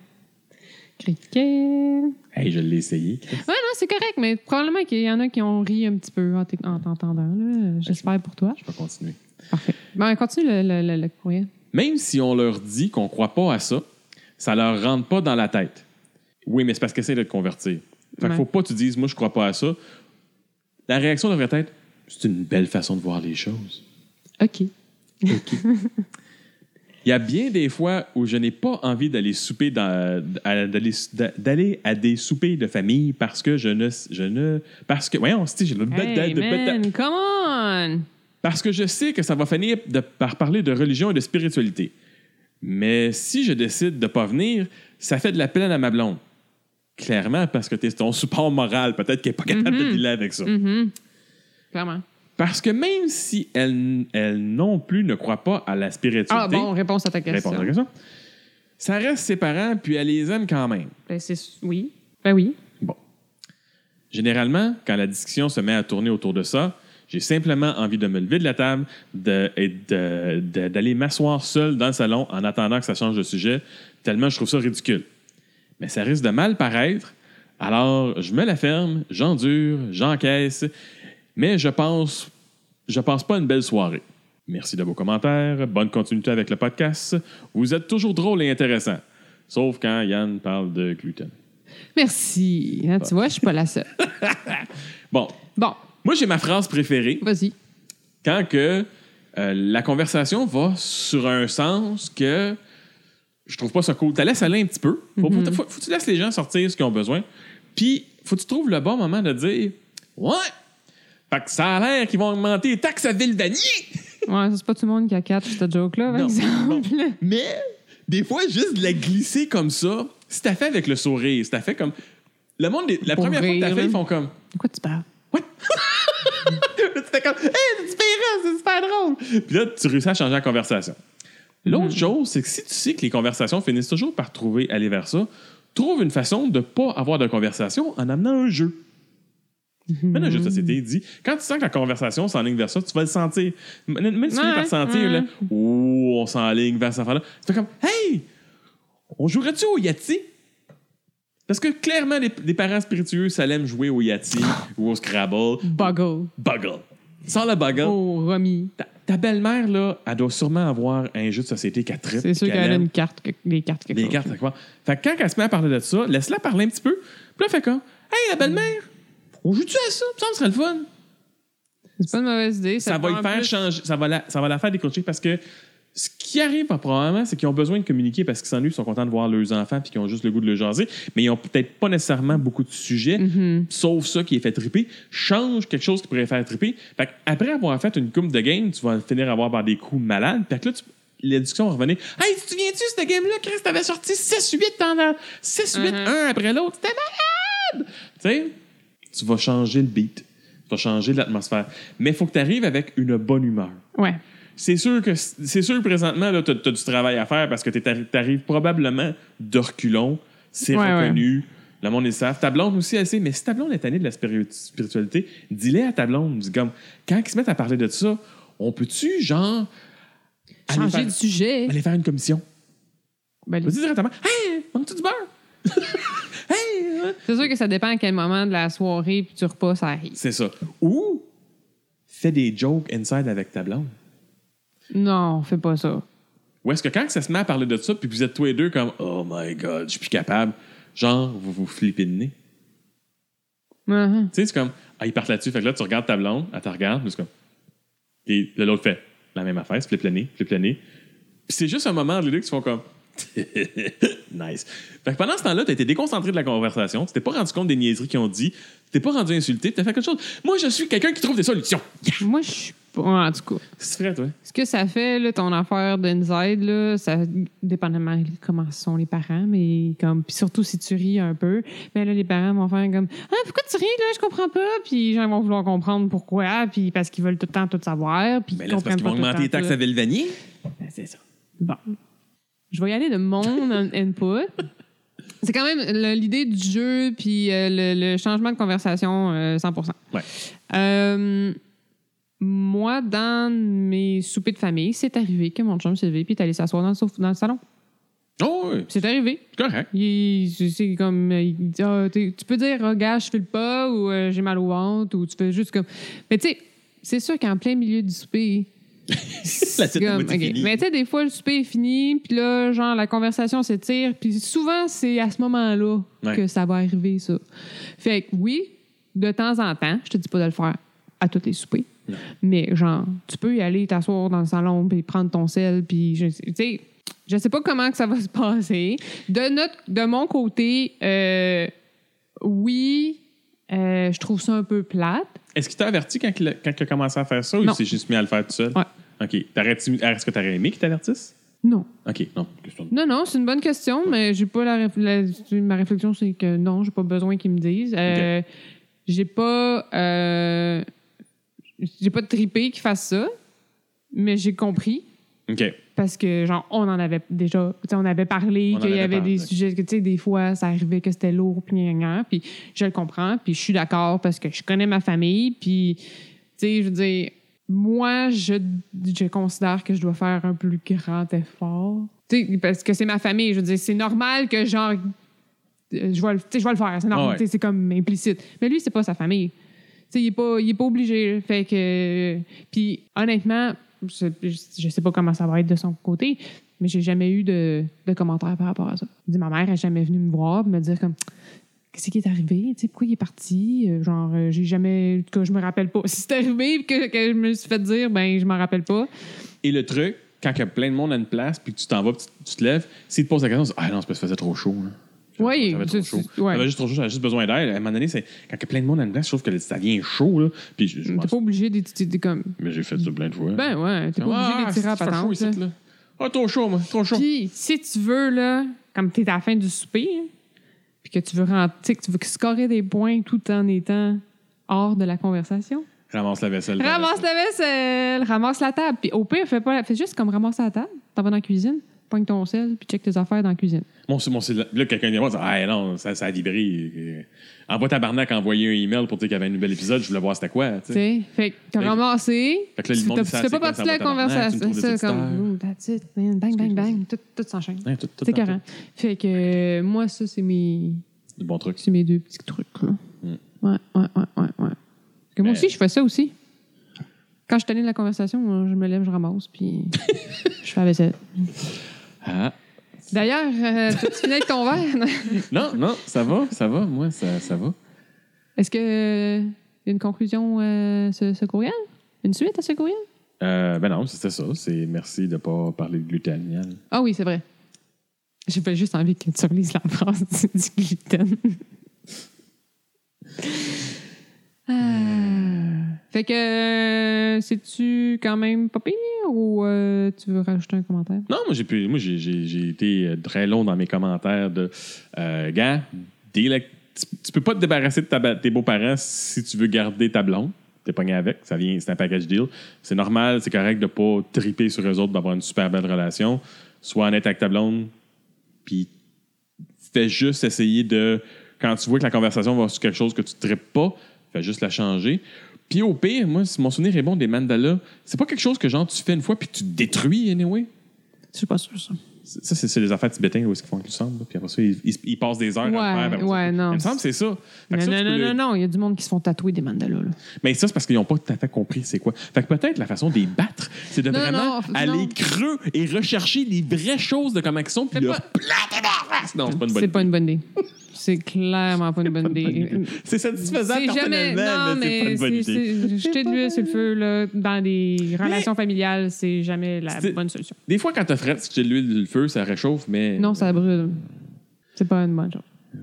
[SPEAKER 2] Criquet. Ouais,
[SPEAKER 1] Hey, je l'ai essayé.
[SPEAKER 2] non, c'est correct, mais probablement qu'il y en a qui ont ri un petit peu en t'é- en t'entendant. là. J'espère pour toi.
[SPEAKER 1] Je vais continuer.
[SPEAKER 2] Parfait. Bon, continue le, le, le- le courriel.
[SPEAKER 1] Même si on leur dit qu'on croit pas à ça, ça leur rentre pas dans la tête. Oui, mais c'est parce qu'essaie de te convertir. Fait
[SPEAKER 2] Ouais.
[SPEAKER 1] qu'il faut pas que tu dises, moi, je crois pas à ça. La réaction devrait être, c'est une belle façon de voir les choses.
[SPEAKER 2] OK.
[SPEAKER 1] Il y a bien des fois où je n'ai pas envie d'aller souper dans- à- d'aller d'aller à des soupers de famille parce que je ne je ne parce que voyons si j'ai le
[SPEAKER 2] Hey, man, come on!
[SPEAKER 1] parce que je sais que ça va finir de- par parler de religion et de spiritualité. Mais si je décide de pas venir, ça fait de la peine à ma blonde. Clairement parce que tu es ton support moral, peut-être qu'elle n'est pas capable
[SPEAKER 2] Mm-hmm.
[SPEAKER 1] de dealer avec ça.
[SPEAKER 2] Mhm. Clairement.
[SPEAKER 1] Parce que même si elle, elle non plus ne croit pas à la spiritualité,
[SPEAKER 2] Ah, bon, réponse à ta question.
[SPEAKER 1] répondre à la question, ça reste ses parents puis elle les aime quand même.
[SPEAKER 2] Ben, c'est- oui. Ben oui.
[SPEAKER 1] Bon. Généralement, quand la discussion se met à tourner autour de ça, j'ai simplement envie de me lever de la table de- et de- de- d'aller m'asseoir seul dans le salon en attendant que ça change de sujet, tellement je trouve ça ridicule. Mais ça risque de mal paraître, alors je me la ferme, j'endure, j'encaisse, mais je pense, je pense pas à une belle soirée. Merci de vos commentaires, bonne continuité avec le podcast. Vous êtes toujours drôle et intéressant, sauf quand Yann parle de gluten.
[SPEAKER 2] Merci. Hein,
[SPEAKER 1] Ah.
[SPEAKER 2] tu vois, je suis pas la seule.
[SPEAKER 1] Bon,
[SPEAKER 2] Bon,
[SPEAKER 1] Moi, j'ai ma phrase préférée
[SPEAKER 2] vas-y.
[SPEAKER 1] quand que euh, la conversation va sur un sens que je trouve pas ça cool. Tu laisses aller un petit peu. Faut,
[SPEAKER 2] Mm-hmm.
[SPEAKER 1] faut- faut- faut que tu laisses les gens sortir ce qu'ils ont besoin. Puis, faut que tu trouves le bon moment de dire Ouais! Fait que ça a l'air qu'ils vont augmenter les taxes à Ville d'Anier!
[SPEAKER 2] Ouais, ça, c'est pas tout le monde qui a catch cette joke-là, par
[SPEAKER 1] Non,
[SPEAKER 2] exemple.
[SPEAKER 1] Mais, des fois, juste de la glisser comme ça, si t'as fait avec le sourire, si t'as fait comme. Le monde, les- la
[SPEAKER 2] Pour
[SPEAKER 1] première fois que t'as
[SPEAKER 2] rire,
[SPEAKER 1] fait,
[SPEAKER 2] hein.
[SPEAKER 1] ils font comme.
[SPEAKER 2] De quoi tu parles?
[SPEAKER 1] C'était comme, hey, c'est super, c'est super drôle. Puis là, tu réussis à changer la conversation. L'autre
[SPEAKER 2] Hmm.
[SPEAKER 1] chose, c'est que si tu sais que les conversations finissent toujours par trouver, aller vers ça, trouve une façon de ne pas avoir de conversation en amenant un jeu. Même un jeu de
[SPEAKER 2] Hmm.
[SPEAKER 1] société dit, quand tu sens que la conversation s'enligne vers ça, tu vas le sentir. M- Même si tu
[SPEAKER 2] Ouais,
[SPEAKER 1] finis par sentir,
[SPEAKER 2] ouais.
[SPEAKER 1] là, oh, on s'enligne vers cette affaire-là, tu fais comme, hey, on jouerait-tu au Yahtzee? Parce que clairement, les, les parents spiritueux, ça l'aime jouer au Yahtzee ou au Scrabble.
[SPEAKER 2] Buggle.
[SPEAKER 1] Buggle. Sans le buggle,
[SPEAKER 2] Mm-hmm. Oh, Romy.
[SPEAKER 1] ta, ta belle-mère, là, elle doit sûrement avoir un jeu de société qu'elle tripe.
[SPEAKER 2] C'est sûr qu'elle a une carte, que- des cartes quelque
[SPEAKER 1] Des
[SPEAKER 2] chose.
[SPEAKER 1] cartes, quoi. Fait que quand elle se met à parler de ça, laisse-la parler un petit peu. Puis là, fait comme, hey, la belle-mère, on joue-tu à ça? Ça me serait le fun.
[SPEAKER 2] C'est pas une mauvaise idée.
[SPEAKER 1] Ça va
[SPEAKER 2] prend
[SPEAKER 1] lui faire
[SPEAKER 2] plus-
[SPEAKER 1] changer, ça va la, ça va la faire décrocher parce que ce qui arrive pas probablement, c'est qu'ils ont besoin de communiquer parce qu'ils s'ennuient, ils sont contents de voir leurs enfants puis qu'ils ont juste le goût de le jaser, mais ils ont peut-être pas nécessairement beaucoup de sujets,
[SPEAKER 2] Mm-hmm.
[SPEAKER 1] sauf ça qui est fait triper. Change quelque chose qui pourrait faire triper. Fait que après avoir fait une coupe de game, tu vas finir à avoir par des coups malades. Fait que là, tu, la discussion va revenir. Hey, tu te souviens-tu de cette game-là, Chris, t'avais sorti 6-8 en en- 6-8,
[SPEAKER 2] Mhm.
[SPEAKER 1] un après l'autre. C'était malade! Tu sais? tu vas changer le beat, tu vas changer l'atmosphère. Mais il faut que tu arrives avec une bonne humeur.
[SPEAKER 2] Ouais.
[SPEAKER 1] C'est sûr que c'est sûr présentement tu as, du travail à faire parce que tu arrives probablement de reculons, c'est
[SPEAKER 2] Ouais,
[SPEAKER 1] reconnu, le monde le savent. Ta blonde aussi elle sait, mais si ta blonde est tannée de la spiri- spiritualité, dis-le à ta blonde, dis comme quand ils se mettent à parler de ça, on peut-tu genre aller
[SPEAKER 2] Changer
[SPEAKER 1] faire-
[SPEAKER 2] de sujet.
[SPEAKER 1] aller faire une commission.
[SPEAKER 2] Ben,
[SPEAKER 1] Vas-y directement, hey, manque-tu du beurre? hey, hein?
[SPEAKER 2] c'est sûr que ça dépend à quel moment de la soirée puis du repas ça arrive.
[SPEAKER 1] C'est ça. Ou fais des jokes inside avec ta blonde.
[SPEAKER 2] Non, fais pas ça.
[SPEAKER 1] Ou est-ce que quand ça se met à parler de ça, puis vous êtes tous les deux comme Oh my God, je suis plus capable, genre, vous vous flippez de nez.
[SPEAKER 2] Mhm.
[SPEAKER 1] Tu sais, c'est comme Ah, ils partent là-dessus. Fait que là, tu regardes ta blonde, elle te regarde, puis c'est comme. Et là, l'autre fait la même affaire, se flippe le nez, flippe le nez. Puis c'est juste un moment, les deux qui se font comme Nice. Fait que pendant ce temps-là, t'as été déconcentré de la conversation, tu t'es pas rendu compte des niaiseries qu'ils ont dit, tu t'es pas rendu insulté, tu t'as fait quelque chose. Moi, je suis quelqu'un qui trouve des solutions.
[SPEAKER 2] Moi, je suis pas. En tout cas,
[SPEAKER 1] C'est vrai, toi.
[SPEAKER 2] ce que ça fait, là, ton affaire d'inside, là, ça, dépendamment de comment sont les parents, mais comme. Puis surtout si tu ris un peu, mais là, les parents vont faire comme Ah, pourquoi tu ris, là, je comprends pas. Puis les gens vont vouloir comprendre pourquoi, puis parce qu'ils veulent tout le temps tout savoir. Puis
[SPEAKER 1] Mais
[SPEAKER 2] ils
[SPEAKER 1] Ben, là, c'est parce
[SPEAKER 2] comprennent
[SPEAKER 1] qu'ils vont
[SPEAKER 2] pas tout le
[SPEAKER 1] augmenter les
[SPEAKER 2] temps
[SPEAKER 1] taxes
[SPEAKER 2] tout.
[SPEAKER 1] à Villevanier.
[SPEAKER 2] Ben, c'est ça. Bon. Je vais y aller de mon in- input. C'est quand même le- l'idée du jeu puis euh, le, le changement de conversation euh, 100
[SPEAKER 1] Ouais.
[SPEAKER 2] Euh, moi, dans mes soupers de famille, c'est arrivé que mon chum s'est levé puis est allé s'asseoir dans le, sof- dans le salon.
[SPEAKER 1] Oh, oui,
[SPEAKER 2] C'est arrivé.
[SPEAKER 1] c'est correct.
[SPEAKER 2] Il- C'est c'est comme. euh, il dit, Ah, t'es- tu peux dire, regarde, gars, je fais le pas ou euh, j'ai mal au ventre ou tu fais juste comme. Mais tu sais, c'est sûr qu'en plein milieu du souper.
[SPEAKER 1] La
[SPEAKER 2] c'est
[SPEAKER 1] tête à
[SPEAKER 2] comme,
[SPEAKER 1] moitié
[SPEAKER 2] ok.
[SPEAKER 1] finie.
[SPEAKER 2] Mais tu sais, des fois, le souper est fini, puis là, genre, la conversation s'étire, puis souvent, c'est à ce moment-là
[SPEAKER 1] Ouais.
[SPEAKER 2] que ça va arriver, ça. Fait que oui, de temps en temps, je te dis pas de le faire à tous les soupers.
[SPEAKER 1] Non.
[SPEAKER 2] Mais genre, tu peux y aller t'asseoir dans le salon puis prendre ton sel puis je tu sais, je sais pas comment que ça va se passer. De notre de mon côté, euh, oui, euh, je trouve ça un peu plate.
[SPEAKER 1] Est-ce qu'il t'a averti quand il, a, quand il a commencé à faire ça ou
[SPEAKER 2] Non.
[SPEAKER 1] il s'est juste mis à le faire tout seul?
[SPEAKER 2] Ouais.
[SPEAKER 1] OK. T'aurais-tu- Est-ce que t'aurais aimé qu'il t'avertisse?
[SPEAKER 2] Non.
[SPEAKER 1] OK, non. question de-
[SPEAKER 2] Non, non, c'est une bonne question, mais j'ai pas la, réf- la- ma réflexion, c'est que non, j'ai pas besoin qu'ils me disent. Euh, J'ai pas, euh, j'ai pas tripé qu'ils fassent ça, mais j'ai compris
[SPEAKER 1] OK.
[SPEAKER 2] parce que genre on en avait déjà tu sais, on avait parlé
[SPEAKER 1] On en
[SPEAKER 2] qu'il y
[SPEAKER 1] avait
[SPEAKER 2] avait des
[SPEAKER 1] parlé.
[SPEAKER 2] sujets que tu sais des fois ça arrivait que c'était lourd puis gna, gna, gna, puis je le comprends puis je suis d'accord parce que je connais ma famille puis tu sais je veux dire moi je je considère que je dois faire un plus grand effort tu sais parce que c'est ma famille je veux dire c'est normal que genre euh, je vais le, tu sais, je vais le faire c'est normal
[SPEAKER 1] Ah ouais.
[SPEAKER 2] tu sais, c'est comme implicite mais lui c'est pas sa famille tu sais, il est pas, il est pas obligé. Fait que, puis honnêtement, je, je sais pas comment ça va être de son côté, mais j'ai jamais eu de, de commentaires par rapport à ça. Je dis, ma mère est jamais venue me voir et me dire comme, qu'est-ce qui est arrivé? Tu sais, pourquoi il est parti? Euh, Genre, euh, j'ai jamais. En tout cas, je me rappelle pas. Si c'est arrivé puis que, que je me suis fait dire, ben, je m'en rappelle pas.
[SPEAKER 1] Et le truc, quand il y a plein de monde à une place, puis que tu t'en vas, puis tu, tu te lèves, s'ils te posent la question, c'est Ah non, c'est parce que ça faisait trop chaud. là.
[SPEAKER 2] Oui,
[SPEAKER 1] J'avais
[SPEAKER 2] c'est-
[SPEAKER 1] trop chaud.
[SPEAKER 2] c'est- ouais.
[SPEAKER 1] J'avais juste trop chaud, j'avais juste besoin d'air. À un moment donné, c'est quand il y a plein de monde à une place, je trouve que ça devient chaud. Là. Puis je, je m'en
[SPEAKER 2] T'es pas obligé d'étudier comme.
[SPEAKER 1] Mais j'ai fait ça plein de fois. Ah,
[SPEAKER 2] Ben ouais, t'es pas obligé de les tirer à patente. là.
[SPEAKER 1] là. Ah, trop chaud, moi, trop chaud.
[SPEAKER 2] Puis, si tu veux, là, comme t'es à la fin du souper, hein, puis que tu veux rentrer, que tu veux scorer des points tout en étant hors de la conversation,
[SPEAKER 1] Ramasse la vaisselle.
[SPEAKER 2] ramasse la vaisselle, ramasse la table. Puis, au pire, fais, pas, la- fais juste comme ramasser la table, t'en vas dans la cuisine, pogne ton sel, puis check tes affaires dans la cuisine.
[SPEAKER 1] Mon, mon cellula- Là, quelqu'un vient voir, dit Ah non, ça, ça a vibré. Envoie tabarnak, envoyer un email pour dire qu'il y avait un nouvel épisode, je voulais voir c'était quoi. tu sais.
[SPEAKER 2] Tu sais, fait que t'as
[SPEAKER 1] Fait que-
[SPEAKER 2] ramassé,
[SPEAKER 1] fait que là, le
[SPEAKER 2] tu-
[SPEAKER 1] monde,
[SPEAKER 2] t'as-
[SPEAKER 1] il sait
[SPEAKER 2] tu fais
[SPEAKER 1] c'est
[SPEAKER 2] pas
[SPEAKER 1] quoi,
[SPEAKER 2] partie
[SPEAKER 1] ça
[SPEAKER 2] de la
[SPEAKER 1] va tabarnak, Ah, tu me
[SPEAKER 2] conversation.
[SPEAKER 1] trouves des
[SPEAKER 2] C'est comme, Ouh, that's it, man, bang, bang,
[SPEAKER 1] Excuse-moi.
[SPEAKER 2] bang, tout, tout s'enchaîne.
[SPEAKER 1] Hein, tout- tout-
[SPEAKER 2] C'est
[SPEAKER 1] tout-
[SPEAKER 2] carré. Fait que euh, moi, ça, c'est mes.
[SPEAKER 1] tout- Bon truc.
[SPEAKER 2] C'est mes deux petits trucs, là.
[SPEAKER 1] Mm.
[SPEAKER 2] Ouais, ouais, ouais, ouais, ouais. Parce que
[SPEAKER 1] Ben-
[SPEAKER 2] moi aussi, je fais ça aussi. Quand je suis tannée de la conversation, moi, je me lève, je ramasse, puis je fais la vaisselle.
[SPEAKER 1] Ah.
[SPEAKER 2] D'ailleurs, euh, tu finis avec ton verre.
[SPEAKER 1] Non, non, ça va, ça va, moi, ça, ça va.
[SPEAKER 2] Est-ce que euh, y a une conclusion euh, ce, ce courriel? Une suite à ce courriel?
[SPEAKER 1] Euh, ben non, c'était ça. C'est merci de ne pas parler de gluten. Yann.
[SPEAKER 2] Ah oui, c'est vrai. J'ai pas juste envie que tu relises la phrase du, du gluten. Ah. Fait que, euh, c'est-tu quand même pas pire ou euh, tu veux rajouter un commentaire?
[SPEAKER 1] Non, moi, j'ai, pu- moi, j'ai, j'ai- j'ai été euh, très long dans mes commentaires de euh, Gars, dès la- tu, tu peux pas te débarrasser de ta ba- tes beaux-parents si tu veux garder ta blonde. T'es pogné avec, ça vient, c'est un package deal. C'est normal, c'est correct de pas triper sur eux autres, d'avoir une super belle relation. Sois honnête avec ta blonde, puis fais juste essayer de. Quand tu vois que la conversation va sur quelque chose que tu ne tripes pas, fais juste la changer. Puis au pire, moi, si mon souvenir est bon des mandalas, c'est pas quelque chose que genre tu fais une fois puis tu te détruis anyway.
[SPEAKER 2] Je suis pas sûre, ça.
[SPEAKER 1] C'est- Ça, c'est c'est les affaires tibétaines où est-ce qu'ils font avec le sang, là. Puis après ça, ils, ils- ils passent des heures
[SPEAKER 2] Ouais,
[SPEAKER 1] à le faire. puis après ça-
[SPEAKER 2] ouais, non.
[SPEAKER 1] Il me semble que c'est ça. Fait que
[SPEAKER 2] Non,
[SPEAKER 1] ça, tu
[SPEAKER 2] non,
[SPEAKER 1] peux
[SPEAKER 2] non,
[SPEAKER 1] le-
[SPEAKER 2] non, non, il y a du monde qui se font tatouer des mandalas. Là.
[SPEAKER 1] Mais ça, c'est parce qu'ils n'ont pas tout à fait compris c'est quoi. Fait que peut-être la façon de les battre, c'est de
[SPEAKER 2] Non,
[SPEAKER 1] vraiment
[SPEAKER 2] non,
[SPEAKER 1] aller
[SPEAKER 2] non.
[SPEAKER 1] creux et rechercher les vraies choses de comment ils sont, puis
[SPEAKER 2] Fais
[SPEAKER 1] leur plater dans la face. Non, c'est pas une bonne
[SPEAKER 2] C'est pas une bonne idée. C'est clairement pas une bonne idée.
[SPEAKER 1] idée. C'est satisfaisant
[SPEAKER 2] C'est jamais.
[SPEAKER 1] personnellement,
[SPEAKER 2] Non,
[SPEAKER 1] mais c'est pas
[SPEAKER 2] mais
[SPEAKER 1] une bonne
[SPEAKER 2] c'est-
[SPEAKER 1] idée.
[SPEAKER 2] c'est- jeter de l'huile sur le feu là, dans des relations familiales, c'est jamais la
[SPEAKER 1] C'est-
[SPEAKER 2] bonne solution.
[SPEAKER 1] Des fois, quand t'as frais, si tu de l'huile du feu, ça réchauffe, mais...
[SPEAKER 2] Non, ça brûle. C'est pas une bonne chose.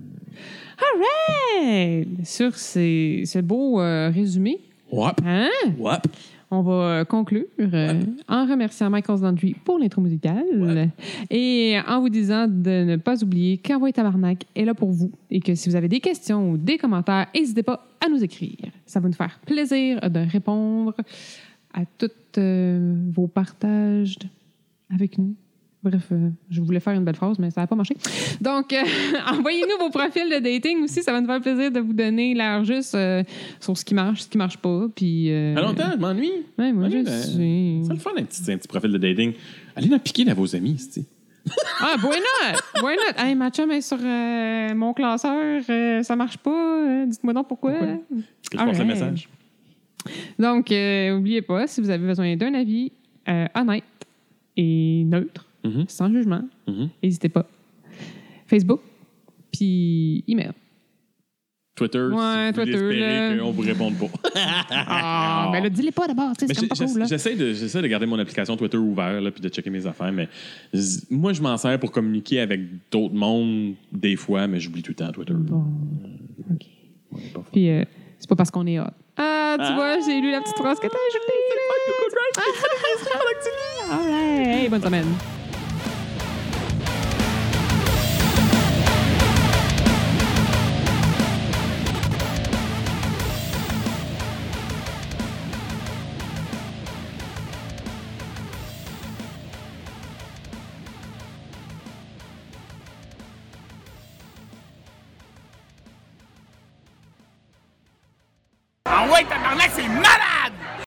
[SPEAKER 2] All right! Sur ces, ce beau euh, résumé,
[SPEAKER 1] Wap,
[SPEAKER 2] hein?
[SPEAKER 1] wap.
[SPEAKER 2] on va euh, conclure euh, en remerciant Michael Landry pour l'intro musicale
[SPEAKER 1] Ouais.
[SPEAKER 2] et en vous disant de ne pas oublier qu'Envoi Tabarnak est là pour vous et que si vous avez des questions ou des commentaires, n'hésitez pas à nous écrire. Ça va nous faire plaisir de répondre à tous euh, vos partages avec nous. Bref, euh, je voulais faire une belle phrase, mais ça n'a pas marché. Donc, euh, envoyez-nous vos profils de dating aussi. Ça va nous faire plaisir de vous donner l'air juste euh, sur ce qui marche, ce qui marche pas. Puis, euh,
[SPEAKER 1] À longtemps, je m'ennuie.
[SPEAKER 2] Ouais, moi,
[SPEAKER 1] Allez,
[SPEAKER 2] je
[SPEAKER 1] ben,
[SPEAKER 2] suis.
[SPEAKER 1] C'est le fun, un petit, un petit profil de dating. Allez en piquer à vos amis, tu
[SPEAKER 2] Ah, why not? Why not? Hey, ma chum est sur euh, mon classeur. euh, ça marche pas. euh, Dites-moi donc pourquoi.
[SPEAKER 1] Pourquoi? que je
[SPEAKER 2] All
[SPEAKER 1] passe le
[SPEAKER 2] right.
[SPEAKER 1] message.
[SPEAKER 2] Donc, euh, oubliez pas, si vous avez besoin d'un avis euh, honnête et neutre,
[SPEAKER 1] Mhm.
[SPEAKER 2] sans jugement,
[SPEAKER 1] Mhm.
[SPEAKER 2] n'hésitez pas. Facebook, puis email.
[SPEAKER 1] Twitter,
[SPEAKER 2] Ouais,
[SPEAKER 1] si vous
[SPEAKER 2] Twitter,
[SPEAKER 1] l'espérez
[SPEAKER 2] là.
[SPEAKER 1] qu'on vous réponde pas.
[SPEAKER 2] Ah, ben là, dis-les pas d'abord. tu sais,
[SPEAKER 1] Mais
[SPEAKER 2] C'est comme pas
[SPEAKER 1] j'ai-
[SPEAKER 2] cool, là.
[SPEAKER 1] J'essaie de, j'essaie de garder mon application Twitter ouverte puis de checker mes affaires, mais z- moi, je m'en sers pour communiquer avec d'autres mondes des fois, mais j'oublie tout le temps Twitter.
[SPEAKER 2] Bon, OK.
[SPEAKER 1] Ouais, pas fort.
[SPEAKER 2] Puis, euh, c'est pas parce qu'on est hot. Ah, tu
[SPEAKER 1] Ah.
[SPEAKER 2] vois, j'ai lu la petite phrase que t'as ajoutée. là. Ah, ah, ah, ah. All right. Hey, bonne semaine.